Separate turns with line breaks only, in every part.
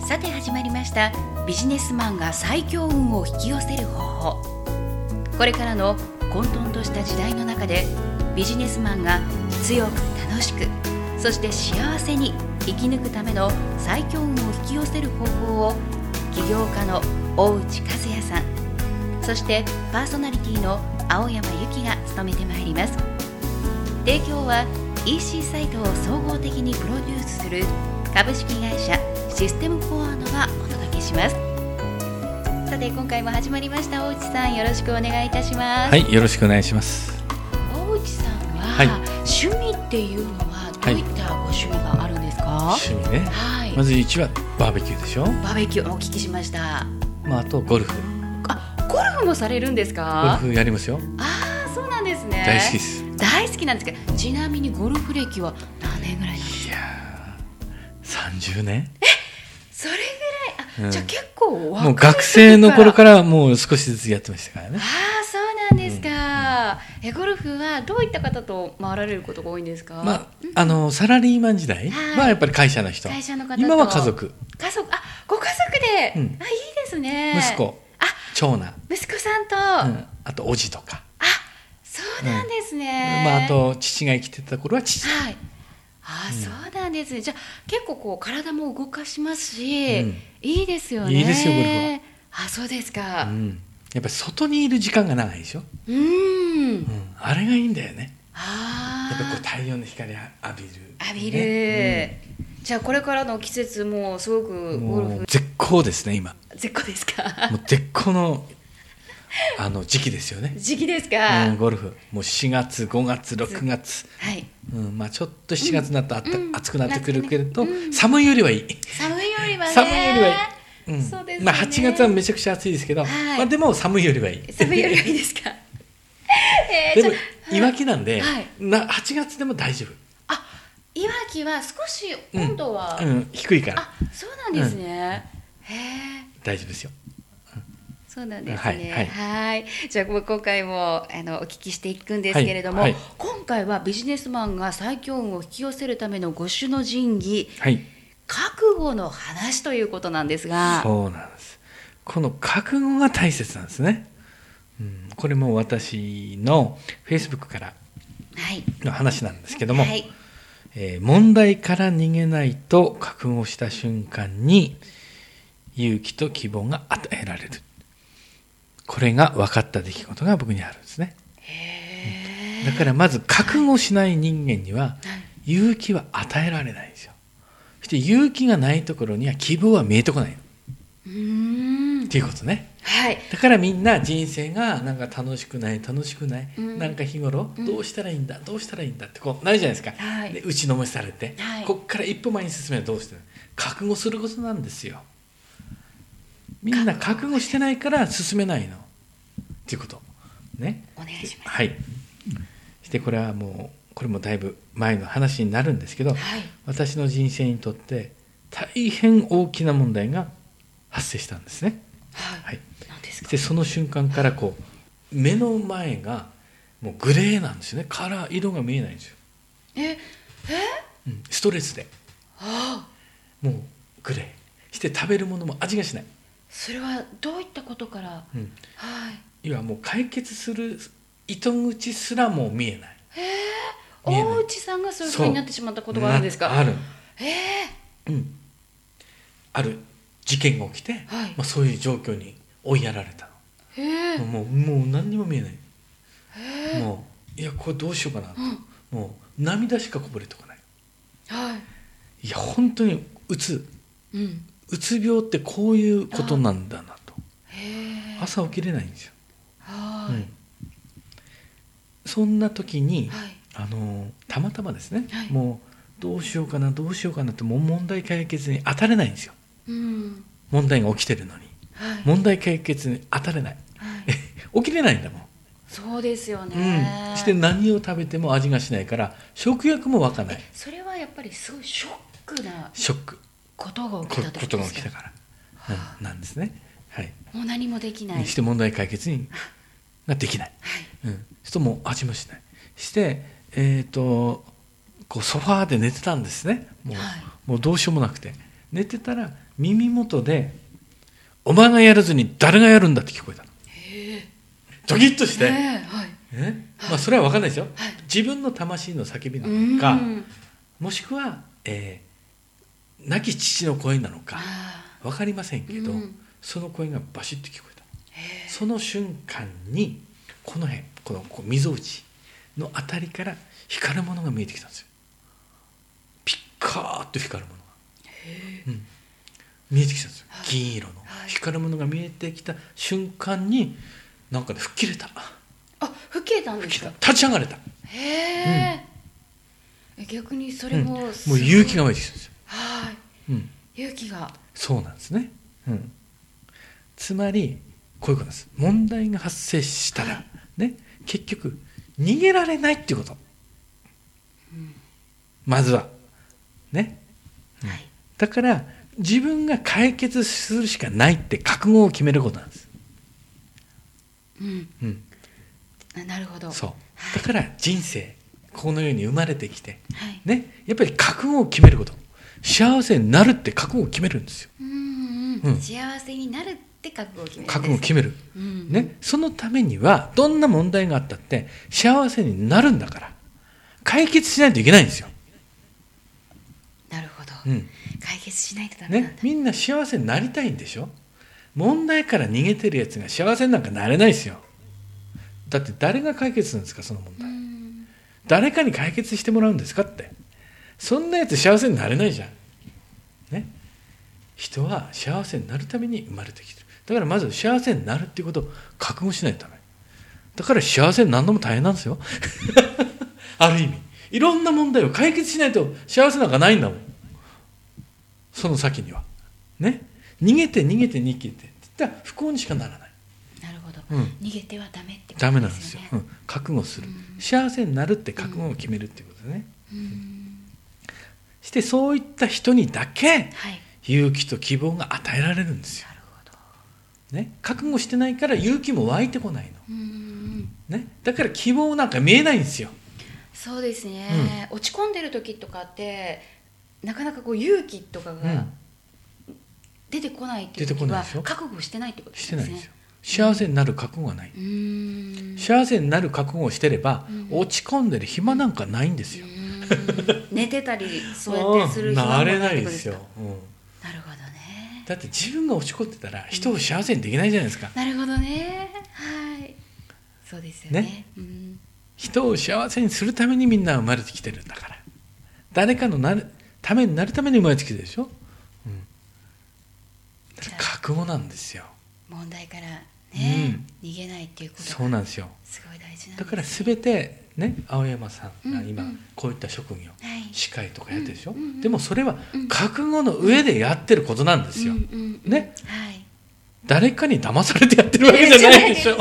さて始まりましたビジネスマンが最強運を引き寄せる方法これからの混沌とした時代の中でビジネスマンが強く楽しくそして幸せに生き抜くための最強運を引き寄せる方法を起業家の大内和也さんそしてパーソナリティの青山由紀が務めてまいります提供は EC サイトを総合的にプロデュースする株式会社システムフォアのがお届けしますさて今回も始まりました大内さんよろしくお願いいたします、
はい、よろしくお願いします。
大内さんは、
はい
趣味っていうのはどういったご趣味があるんですか
趣味ね。
はい、
まず1はバーベキューでしょ。
バーベキューお聞きしました
まああとゴルフ。
あ、ゴルフもされるんです
ゴル
か
フやりますよ。
あー、そうなんですね
大好きです。い
大好きなんですけどちなみにゴルフ歴は何年ぐらいなんですか
やー、30年。
それぐらいあ、
うん
じゃあ結構若い
もう学生の頃かららもう少しずつやってましたから
あ
ね。
あそうなんですか、えゴルフはどういった方と回られることが多いんですか、
まああのサラリーマン時代
はい
はやっぱり会社の人。
会社の方と
今は家族、
家族あご家族で、
うん
あいいですね
息子、
あ
長男、
息子さんと、
う
あ
ん、あとおじとか。
そうなんですね、
まああと父が生きてた頃は父。
はいあー、そうなんですねじゃあ結構こう体も動かしますし、
うん
いいですよね
いいですよゴルフは
あそうです
う
か
ん。やっぱり外にいる時間が長いでしょ。
うん、
うん。あれがいいんだよね。
あ
やっぱりこう
あ
太陽の光浴びる、
浴びる、
ね
じゃあこれからの季節もすごく
うん
ゴル
もう
フ
絶好ですね今
絶好ですか
もう絶好のあの時期ですよね、
時期ですか、
うんゴルフもう4月5月6月、
はい
うんまあ、ちょっと7月になったらあった、
うん
暑くなってくるけれど、
夏ねうん
寒いよりはいい、
寒いよりはね
寒いよりはいい、うん
そうですね
まあ、8月はめちゃくちゃ暑いですけど、
はい
まあ、でも寒いよりはいい
寒いよりはいいですかえー、
で
じ
も
ゃ
いわきなんで、
はい
な8月でも大丈夫、
ああいわきは少し温度は、
うん、低いから
あそうなんですね、へえ
大丈夫ですよ
そうなんですね。は
はいいはい
じゃあもう今回もあのお聞きしていくんですけれども、
はいはい
今回はビジネスマンが最強運を引き寄せるための5種の神器、
はい
覚悟の話ということなんですが、
そうなんです。この覚悟が大切なんですね。うん、これも私の Facebook から
はい。
の話なんですけども、
はい。
えー問題から逃げないと覚悟した瞬間に勇気と希望が与えられる。これが分かった出来事が僕にあるんですね。
へ
だからまず覚悟しない人間には
ーはい
勇気は与えられないんですよ。そして勇気がないところには希望は見えてこないっ
うーん。
ていうことね。
はい。
だからみんな人生がなんか楽しくない楽しくない、
うん
なんか日頃
うん
どうしたらいいんだ、どうしたらいいんだってこうなるじゃないですか、
はい
で打ちのめされて、
はい
こっから一歩前に進めばどうして覚悟することなんですよみんな覚悟してないから進めないのっていうことね
お願いしま
はいしてこれはもうこれもだいぶ前の話になるんですけど、
す。はい。
私の人生にとって大変大きな問題が発生したんですね
は。
はいい
何ですか
で。その瞬間からこう目の前がもうグレーなんですよねカラー色が見えないんですよ、
え、え、
うん、ストレスで
ああ、
もうグレーして食べるものも味がしない、
それはどういったことから、は
うん、
い。
いわもう解決する糸口すらもう見えない見えない
大内さんがそういうふうになってしまったことがあるんですか。
なある、
ええ
うん、ある事件が起きて、
はい
まあ、そういう状況に追いやられた
へえ
のもうもう何にも見えない
へえ
もういやこれどうしようかなと、
うん
もう涙しかこぼれてこない
はい
や本当にうつ
いうん
うつ病ってこういうことなんだなと
へえ
朝起きれないんですよ、
は
う
い
んそんな時に、
はい
あのたまたまですね、
はい
もうどうしようかなどうしようかなってもう問題解決に当たれないんですよ
うん
問題が起きてるのに
はい
問題解決に当たれない
はい
起きれないんだもん、
そうですよ
う
ね
ん、して何を食べても味がしないから食欲も湧かない
それはやっぱりすごいショックな
ショック
ことが起
こ
きたってこ
こと
と
が
で
起き
す
た
か
から、うんなんですねはい、
もう何もできないはい
して問題解決にができないうん、人もう味もしないしてえっ、とこうソファーで寝てたんですねもう,、
はい
もうどうしようもなくて寝てたら耳元で「お前がやらずに誰がやるんだ」って聞こえたのドキッとして、
ねえはい
えまあ、それは分かんないですよ、
はい
自分の魂の叫びな
うん
のか、もしくは、えー亡き父の声なのか
あ
分かりませんけど、
うん
その声がバシッと聞こえたその瞬間にこの辺このこう溝内のあたりから光るものが見えてきたんですよピッカーッと光るものが、うん、見えてきたんですよ銀色の、
はい
光るものが見えてきた瞬間になんかね吹っ切れた
ああ吹っ切れたんで
吹っ
す
切れ
か
た立ち上がれた
へえ、え逆にそれ
うん、
も、
もう勇気が湧いてきたんですよ、
は
うん、
い勇気が
そうなんですね、うん、つまりこういうことです問題が発生したら、ね、結局逃げられないっていうこと、まずはね
はい
だから自分が解決するしかないって覚悟を決めることなんです、
うん
うん、
あなるほど
そう
はい
だから人生この世に生まれてきて
はい
ねやっぱり覚悟を決めること幸せになるって覚悟を決めるんですよ
うんう
うんん
幸せになるって覚悟を決めるんです
覚悟を決める
うん
ね、そのためにはどんな問題があったって幸せになるんだから解決しないといけないんですよ、
なるほど、
うん
解決しないとダメなん
ね
だ、、
みんな幸せになりたいんでしょ問題から逃げてるやつが幸せになんかなれないですよだって誰が解決するんですかその問
う
題
ん
誰かに解決してもらうんですかってそんなやつ幸せになれないじゃんね人は幸せになるために生まれてきてるだからまず幸せになるっていうことを覚悟しないとダメだから幸せになるのも大変なんですよ ある意味いろんな問題を解決しないと幸せなんかないんだもんその先にはね逃げて逃げて逃げてって言ったら不幸にしかならない
なるほど、
うん
逃げてはダメってこと
ダメなんですよ
ね、
うん、覚悟する
うん
幸せになるって覚悟を決めるっていうことね、
うん
してそういった人にだけ
はい
勇気と希望が与えられるんですよ、
なるほど
ね、覚悟してないから勇気も湧いてこないの、
うん
ね、だから希望なんか見えないんですよ
そうですね、落ち込んでる時とかってなかなかこう勇気とか
う
が
ん
出てこないっていう
出て
時
こない
は
でしょ
覚悟してないってことで
し
す
て
ね
ないんですよ幸せになる覚悟がない、
うーん
幸せになる覚悟をしてれば、
うん
落ち込んでる暇なんかないんですよ、
うーん寝てたりそうやってする
うん
暇も
なれ
っ
な
てこ
いで
と
すよ
か、
うん
なるほどね
だって自分が落ち込んでたら人を幸せにできないじゃないですか、
なるほどねはいそうですよね
ね
うん
人を幸せにするためにみんな生まれてきてるんだから誰かのなるためになるために生まれてきてるでしょ、うん、だから覚悟なんですよ
問題からね、逃げないっていうこと
そうなんですよ
すごい大事なんで
だ
す
から全てね青山さんが今
うんうん
こういった職業
はい
司会とかやってるでしょ、
うんうん
でもそれは
うん
覚悟の上でやってることなんですよ、
うんうんうん
ね
はい
誰かに騙されてやってるわけじゃないでしょ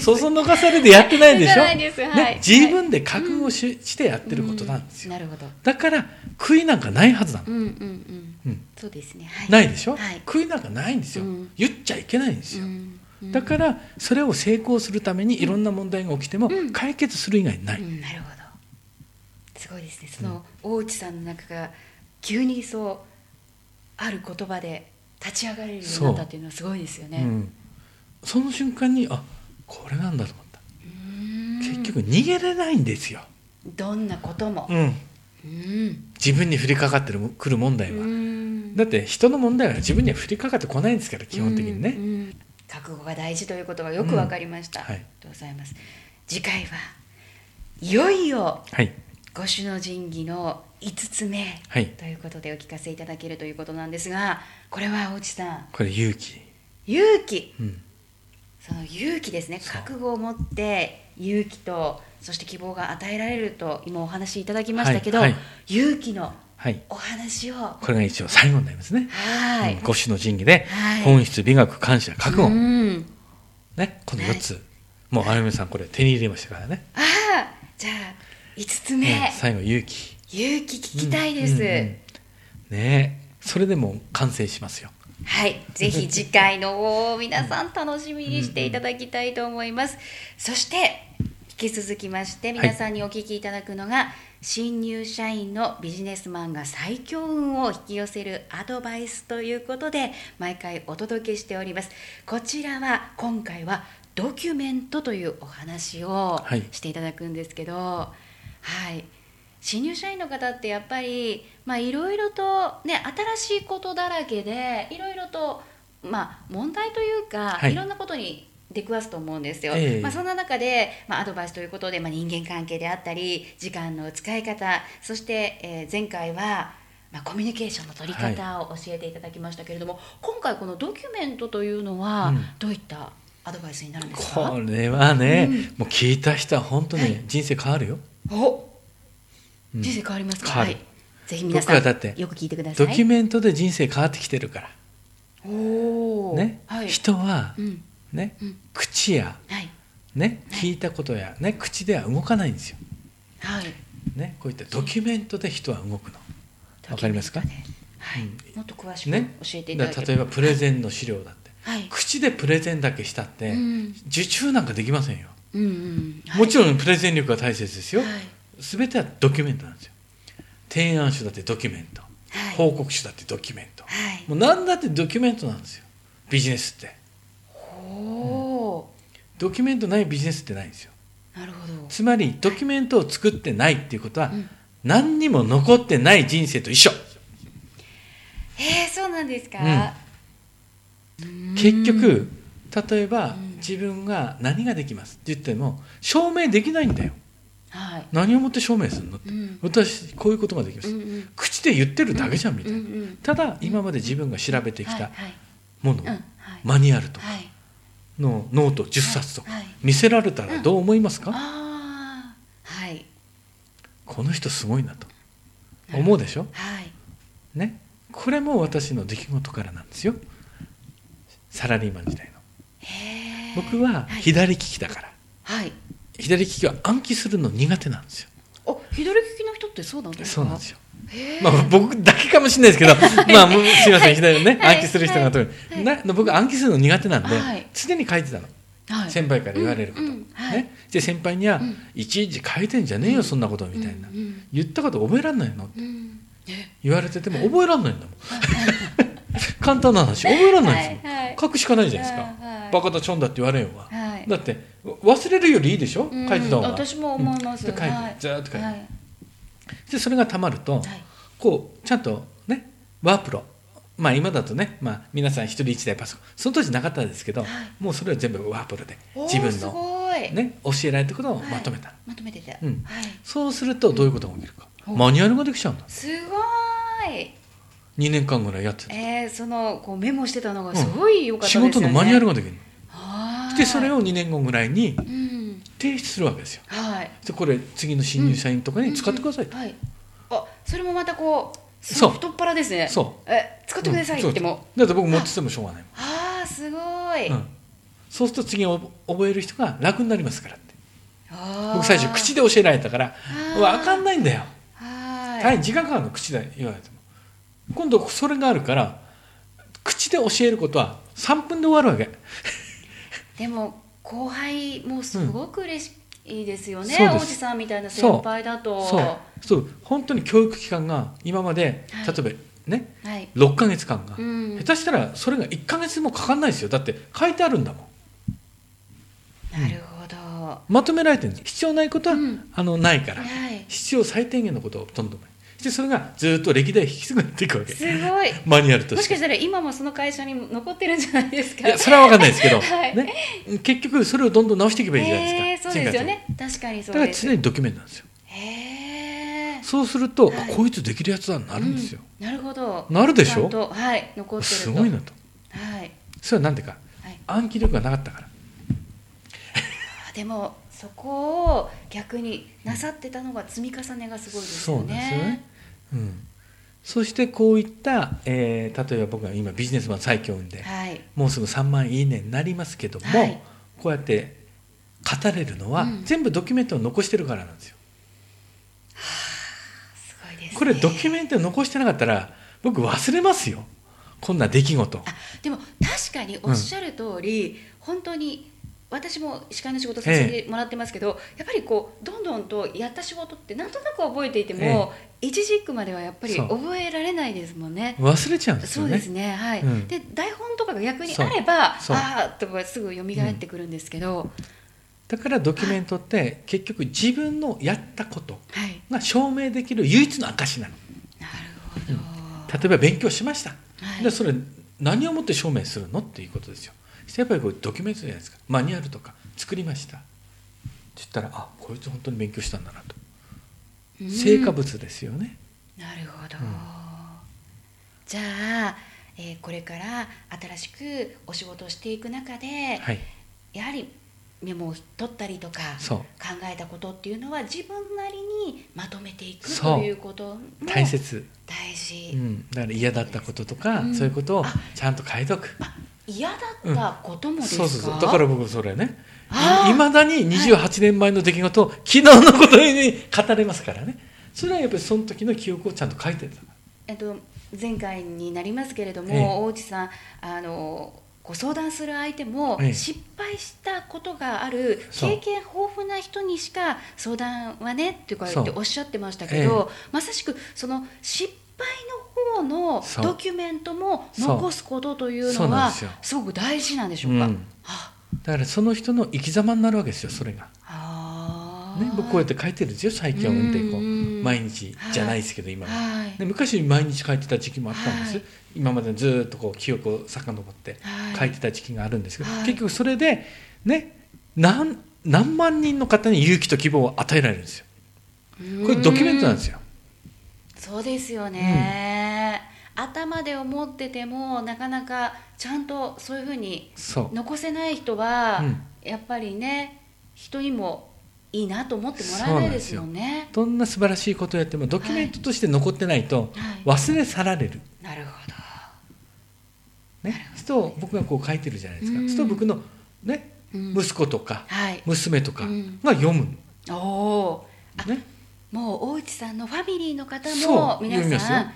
そそのかされてやってないでし
じ
ょ
ゃないです はいはい
ね、自分で覚悟し,、してやってることなんですよ、
うなるほど
だから悔いなんかないはずなの、
うんうんうん
うん
そうですねはい
ないでしょ、
はい
悔いなんかないんですよ、
うん
言っちゃいけないんですよ、
うんうん
だからそれを成功するためにいろんな問題が起きても
うん
解決する以外ない、
うん、なるほどすごいですねその大内さんの中が急にそうある言葉で立ち上がれるようになったっていうのはすごいですよ
う
ね、
んその瞬間にあこれなんだと思った、
うーん
結局逃げれないんですよ、
どんなことも
うん
うん
自分に降りかかってるくる問
う
題は、
ん
だって人の問題は自分には降りかかってこないんですから基本的にね、
うんうん覚悟が大事ということがよくわかりました、
うんはい
ありがとうございます次回はいよいよ
はい
五種の神器の5つ目
はい
ということでお聞かせいただけるということなんですがこれは大内さん
これ勇気、
勇気
うん、
その勇気ですね
そう
覚悟を持って勇気とそして希望が与えられると今お話しいただきましたけど、
はいは
勇気の
はい
お話をは
これが一応最後になりますね、
い、
うん五種の神器で、
はい
本質美学感謝覚悟、
うん
ね、この
はい
4つ、もうあゆみさんこれ手に入れましたからね、
ああじゃあ5つ目、
うん最後勇気
勇気聞きたいです、
うんうんうんねえそれでもう完成しますよ
はいぜひ次回の方を皆さん楽しみにしていただきたいと思います、そして引き続きまして皆さんにお聞きいただくのが、新入社員のビジネスマンが最強運を引き寄せるアドバイスということで毎回お届けしておりますこちらは今回はドキュメントというお話を
はい
していただくんですけどはい新入社員の方ってやっぱりまあいろいろとね新しいことだらけでいろいろとまあ問題というか、
はい
いろんなことに出くわすと思うんですよ。
ええ
まあ、そんな中で、まあ、アドバイスということで、まあ、人間関係であったり時間の使い方そして、えー前回は、まあ、コミュニケーションの取り方を教えていただきましたけれども、今回このドキュメントというのは、
うん
どういったアドバイスになるんです
こ
か
れはね、
うん
もう聞いた人は本当
は
に
い
人生変わるよ、
お
うん
人生変わりますか、
変わ
は
る
い、ぜひ皆さん
僕はだって
よく聞いてくださ
ドキ
い。
ュメントで人生変わってきてるか
お
ら、
ー
ね
はい
人は
うん
ね、
うん
口や、
はい
ね、
はい
聞いたことや、ね、口では動かないんですよ、
はい、
ね、こういったドキュメントで人は動くの。わかりますか
ドキュメントではい
うん
もっと詳しく
ね、
教えていただけ
だ
る
から例えばプレゼンの資料だって、
はい、
口でプレゼンだけしたって、
うん
受注なんかできませんよ、
うんうんはい
もちろんプレゼン力が大切ですよ、
はい
すべてはドキュメントなんですよ提案書だってドキュメント、
はい
報告書だってドキュメント、
はい
もう何だってドキュメントなんですよビジネスって
お
ドキュメントないビジネスってないんですよ
ーなるほど
つまりドキュメントを作ってないっていうことは、
うん
何にも残ってない人生と一緒
えー、そうなんですか、うーん
結局例え
う
ば、
ん
自分が何ができますって言っても証明できないんだよ
はい
何をもって証明するのって、
うん
私こういうことができます、
うんうん
口で言ってるだけじゃんみたいな、
うんうん
ただ今まで自分が調べてきた
はいはい
も
う
の、
んはい
マニュアルとか
はい
のノート10冊とか、
はいはい
見せられたらどう思いますか、
あーはい
この人すごいなと
なるほど
思うでしょ
はい
ねこれも私の出来事からなんですよサラリーマン時代の
へー
僕は
はい、
左利きだから、
はい、
左利きは暗記するの苦手なんですよ
お左利きの人ってそうなんですか
そうなんですよ、
へー
まあ、僕だけかもしれないですけ ど、まあ、もうすいません左ね
はい
暗記する人が多い、
はい
な僕暗記するの苦手なんで、
はい
常に書いてたの
はい、
先輩から言われること、
うんうんはい
ね、で先輩には、
うん
いちいち書いてんじゃねえよ、そんなこと」みたいな、
うんうん
言ったこと覚えらんないの?」
うんえ
言われてても覚えらんないんだもん 簡単な話覚えらんないですもん、
はいはい
書くしかないじゃないですか、
はいはい
バカとちょんだって言われんわ、
はい
だって忘れるよりいいでしょ、
うん
書いてた方が
私も思います
うんで書いて、
はい
ずーっと書いて、
はい
でそれがたまると、
はい
こうちゃんとねワープロまあ今だとね、まあ、皆さん一人一台パソコンその当時なかったですけど、
はい
もうそれは全部ワープロで
おー
自分
す
の、
ごい
ね、教えられたことを
はい
まとめた、
まとめてて、
うん
はい
そうするとどういうことが起きるか、
うん
マニュアルができちゃうんだ
すごい
2年間ぐらいやってた、
えー、そのこうメモしてたのがすごい良かったです
仕
よね、
事のマニュアルができる
はーい
でそれを2年後ぐらいに
うん
提出するわけですよ
はい
でこれ次の新入社員とかに使ってくださいと、
うんうんはいあそれもまたこうす
そう
ごい太っ腹ですね
そう
え使ってくださいって言って
うん
も、
そうだって僕持っててもしょうがないも
ああすごい、
ん、うんそうすると次を覚える人が楽になりますからって
あー
僕最初口で教えられたから
あー
分かんないんだよ
は
大
い
変時間かかるの口で言われても今度それがあるから口で教えることは3分で終わるわけ
でも後輩もすごく嬉しいですよね、
そうです
おじさんみたいな先輩だと
そうそう本当に教育期間が今まで
はい
例えばね
はい
6ヶ月間が
うん
下手したらそれが1ヶ月もかかんないですよだって書いてあるんだもん
なるほど、は
まとめられてるんです必要ないことは、
うん
あのないから
い
必要最低限のことをどんどんしてそれがずっと歴代引き継がれていくわけ
すごい
マニュアルと
も
し
しか
て
したら今もその会社に残ってるんじゃないですか。
いやそれは分かんないですけ ど、
はい
ね、結局それをどんどん直していけばいいじゃない
え
で
ー
す
そ
か
うですよね。確かにそ
だ
う
から
です。
常にドキュメントなんですよ
へー
そうすると、
はい
あこいつできるやつだなるんですよ、
うんなるほど。
なるでしょ
ちゃんとはい残ってると。
すごいな。と
はい
それはなんでか
はい。
暗記力がなかったから
あでもそこを逆になさってたのが積み重ねがすごいです
そう
よ
なんですよ
ね
ね。、うん、そしてこういった、えー例えば僕が今ビジネスマン最強運で、
はい。
もうすぐ3万いいねになりますけども、
はい
こうやって語れるのは、
うん
全部ドキュメントを残してるからなんですよ
すごいです、ね。
これドキュメントを残してなかったら僕忘れますよこんな出来事
あでも確かにおっしゃる通り、本当に私も司会の仕事させてもらってますけど、やっぱりこうどんどんとやった仕事ってなんとなく覚えていても、一時一句まではやっぱり
そう
覚えられないですもんね。
忘れちゃうんです
そ
よ
うで
ね
すね、はい、
うん
で台本とかが逆に
そう
あれば、あ
そう
あーっとかすぐ蘇ってくるんですけど、
だからドキュメントって結局自分のやったこと
はい、
が証明できる唯一の証なの
なるほ
例えば勉強しました、
ど。はい
でそれ何をもって証明するのっていうことですよそしてやっぱりこうドキュメントじゃないですかマニュアルとか作りましたって言ったらあこいつ本当に勉強したんだなと
うん
成果物ですよね、
なるほど、
うん
じゃあ、えーこれから新しくお仕事をしていく中で、
はい
やはりメモを取ったりとか
そう
考えたことっていうのは自分なりにまとめていく
そう
ということも
大切、
大事
うん、だから嫌だったこととか、
うん
そういうことを
あ
ちゃんと書いとく、
嫌だったこともですか、
そうそうそうだから僕それね
あー
いまだに28年前の出来事を、昨日のことに語れますからねそれはやっぱりその時の記憶をちゃんと書いてるんだから
えっと、前回になりますけれども、
ええ
大内さんあのご相談する相手も、
ええ
失敗したことがある
そう
経験豊富な人にしか相談はねっていうか
そう
っておっしゃってましたけど、まさしくその失敗の方
そ
の
う
ドキュメントも残すことという
そう
の
なん
は
ですよ
すごく大事なんでしょうか。
うん
あ
だからその人の生き様になるわけですよそれが、
あー
ね、僕こうやって書いてるんですよ最近は運転こう
うん
毎日じゃないですけど今は、
はい
で昔毎日書いてた時期もあったんです、
はい
今までのずっとこう記憶を遡って
はい
書いてた時期があるんですけど、
はい
結局それでね何何万人の方に勇気と希望を与えられるんですよこれドキュメントなんですよ
そうですよね、頭で思っててもなかなかちゃんとそういうふうに
そう
残せない人は、
うん
やっぱりね人にもいいなと思ってもらえないですもんね
どんな素晴らしいことをやってもドキュメントとして残ってないと
はい
忘れ去られる、
なるほど
ね、人を僕がこう書いてるじゃないですか、
うん
そうすると僕の、ね、
うん
息子とか
はい
娘とか
うん
が読む
おおーあ
の、ね、
もう大内さんのファミリーの方
そ
も
う
皆
読みます
さ
よ
ん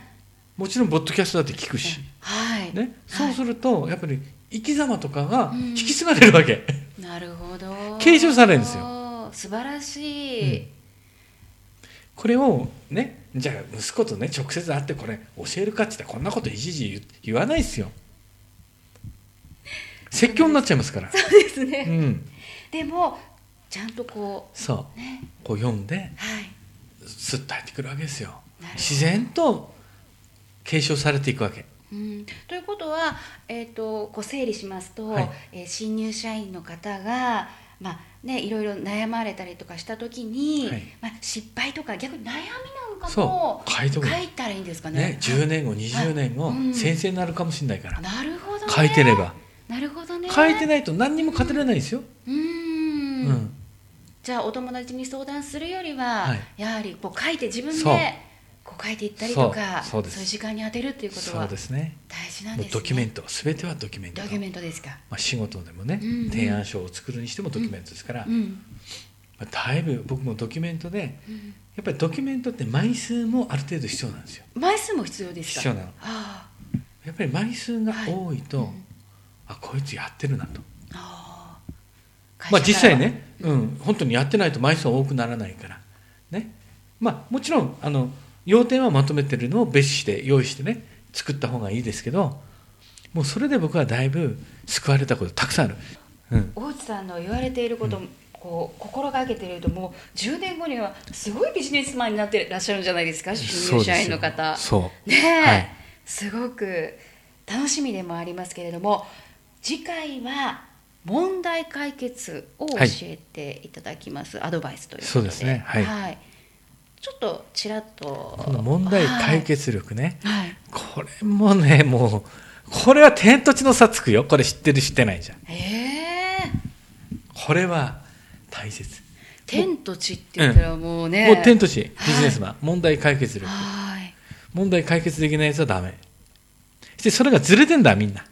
もちろんポッドキャストだって聞くし、
はい、
ね、そうするとやっぱり生き様とかが
うん
引き継がれるわけ、
なるほど
継承されるんです
よ素晴らしい、
うんこれをねじゃあ息子とね直接会ってこれ教えるかって言ったらこんなこといじいじ言う言わないですよ説教になっちゃいますから
そうですね、
うん
でもちゃんとこ
そう
うね
こう読んで
はい
スッと入ってくるわけですよ
なるほど
自然と継承されていくわけ
うんということは、えー、とこう整理しますと、
はい
えー新入社員の方が、まあね、いろいろ悩まれたりとかした時に、
はい
まあ、失敗とか逆に悩みなんか
そ
も
う書いとく
書いたらいいんですかね。
ね10年後20年後
うん
先生になるかもしれないから
なるほど、ね、
書いてれば
なるほどね
書いてないと何にも語れないですよ
うーん
うん
じゃあお友達に相談するよりは、
はい
やはりこう書いて自分
そう
でこう書いていったりとか
そうそうです
いう時間に当てるっていうこと
そう
は
ですね
大事なん
も
で
う
すね。
ドキュメント全てはドキュメント
ドキュメントですか。
まあ、仕事でもね、
うんうん
提案書を作るにしてもドキュメントですから、
う
ま
ん
あ、だいぶ僕もドキュメントで
うん
やっぱりドキュメントって枚数もある程度必要なんですよ
枚数も必要ですか
必要なの
あ
やっぱり枚数が多いと、
はいうん
あこいつやってるなと、
あああ
まあ、
会
実
社から
際ね、うん、本当にやってないと枚数は多くならないからねまあもちろんあの要点はまとめてるのを別紙で用意してね作った方がいいですけどもうそれで僕はだいぶ救われたことたくさんある、うん、
大内さんの言われていること、こう心がけているともう10年後にはすごいビジネスマンになってらっしゃるんじゃないですか新入社員の方
そう
ね
です
え、
よそうは
す
い
ごく楽しみでもありますけれども次回は問題解決を教
はい
えていただきます、アドバイスということで
そうですねはい
ちょっとちらっと
この問題解決力ね、
はいはい
これもね、もう、これは天と地の差つくよ。これ知ってる知ってないじゃん。
ええ
これは大切。
天と地って言ったらもうね、
もう天と地、ビジネスマン、問題解決力。
はい
問題解決できないやつはダメ。そしてそれがずれてんだ、みんな。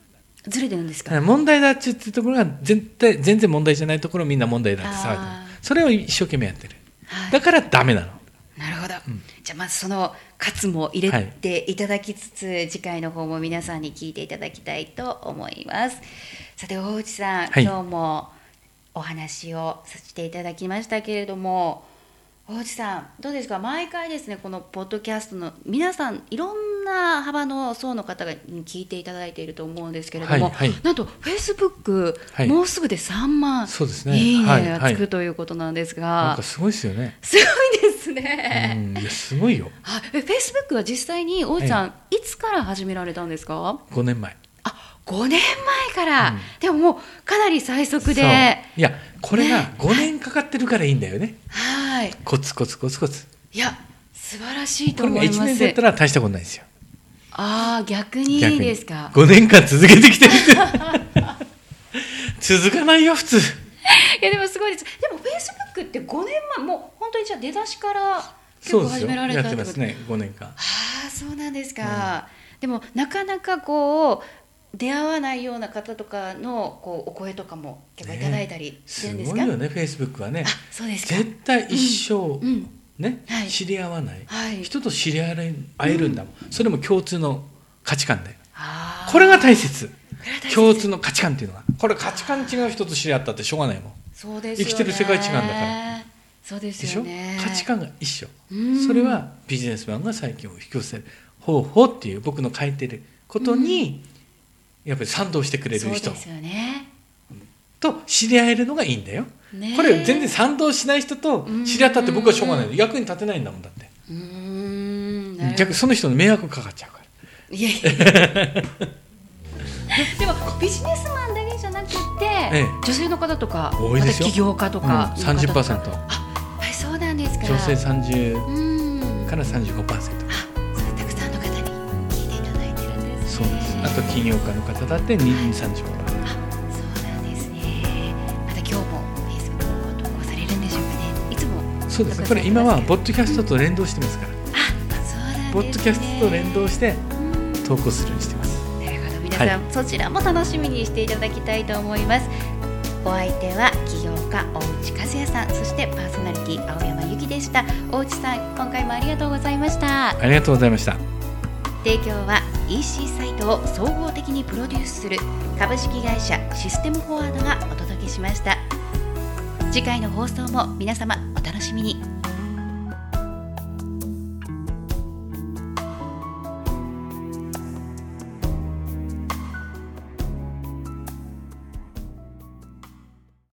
ずれてるんですか、
問題だっちゅうってところが全体、全然問題じゃないところをみんな問題だって騒いでる
あー
それを一生懸命やってる。
はい
だからダメなの。
なるほど、じゃあまずその喝も入れていただきつつ、次回の方も皆さんに聞いていただきたいと思いますさて大内さん、
はい
今日もお話をさせていただきましたけれども大内さんどうですか毎回ですねこのポッドキャストの皆さんいろんな幅の層の方に聞いていただいていると思うんですけれども、
はいはい
なんとフェイスブック、
はい
もうすぐで3万
そうですね
いいね
はい
が
は
つ
い
くということなんですが、
なんかすごいですよね、
すごいです
う
ね。
んいやすごいよ
あえフェイスブックは実際に大内さん、いつから始められたんですか
5年前
あ5年前から、
うん
でももうかなり最速
そう
で
いやこれが
ね
5年かかってるからいいんだよね
はい
コツコツコツコツ
いや素晴らしいと
これ
思
が
い
1
ま
年
す
でやったら大したことないですよ
ああ逆に
逆
い
に
いですか
5年間続けて きてる続かないよ普通
いやでもすごいですでもフェイスブックって5年前もう本当にじゃあ出だしから結
そう
構
です
始
よ
められた
やっ
っててこ
ま
と
すね5年間
ああそうなんですか、でもなかなかこう出会わないような方とかのこうお声とかも結構いただいたりしてる
す
んです
ご
か、
いよねフェイスブックはね
あそうですか
絶対一生、
うん
ね、
はい
知り合わない、
はい
人と知り合え会えるんだもん、それも共通の価値観で
あー
これが大切
これは大切
共通の価値観っていうのがこれ価値観違う人と知り合ったってしょうがないもん
そうですよね
生きてる世界違うんだから
そうで
ですしょ、
よね
価値観が一緒
うん
それはビジネスマンが最近を引き寄せる方法っていう僕の書いてることに、やっぱり賛同してくれる
そ
人
うですよね
と知り合えるのがいいんだよ、
ね
これ全然賛同しない人と知り合ったって僕はしょうがない、役に立てないんだもんだって
うーんなるほど
逆にその人の迷惑かかっちゃうから
いやいや でもビジネスマンだけじゃなくて、
ええ
女性の方とか
多いです
ま
よ
た起業家とか、
うん
いう方とか
30%
あはいそうなんですか
女性30
うん
から35%
あそれたくさんの方に聞いていただいてるんです
そ
ね
うですあと起業家の方だって2
あ
35%
そうなんですねまた今日もフェイスブックを投稿されるんでしょうかねいつも
そうです
なんかさ
これ
れて
今
ます
はポッドキャストと連動してますから
あそうなんですね
ポッドキャストと連動して
うん
投稿するようにしてます
なるほど皆さん、そちらも楽しみにしていただきたいと思いますお相手は起業家大内和也さんそしてパーソナリティ青山由紀でした大内さん今回もありがとうございました
ありがとうございました
提供は EC サイトを総合的にプロデュースする株式会社システムフォワードがお届けしました次回の放送も皆様お楽しみに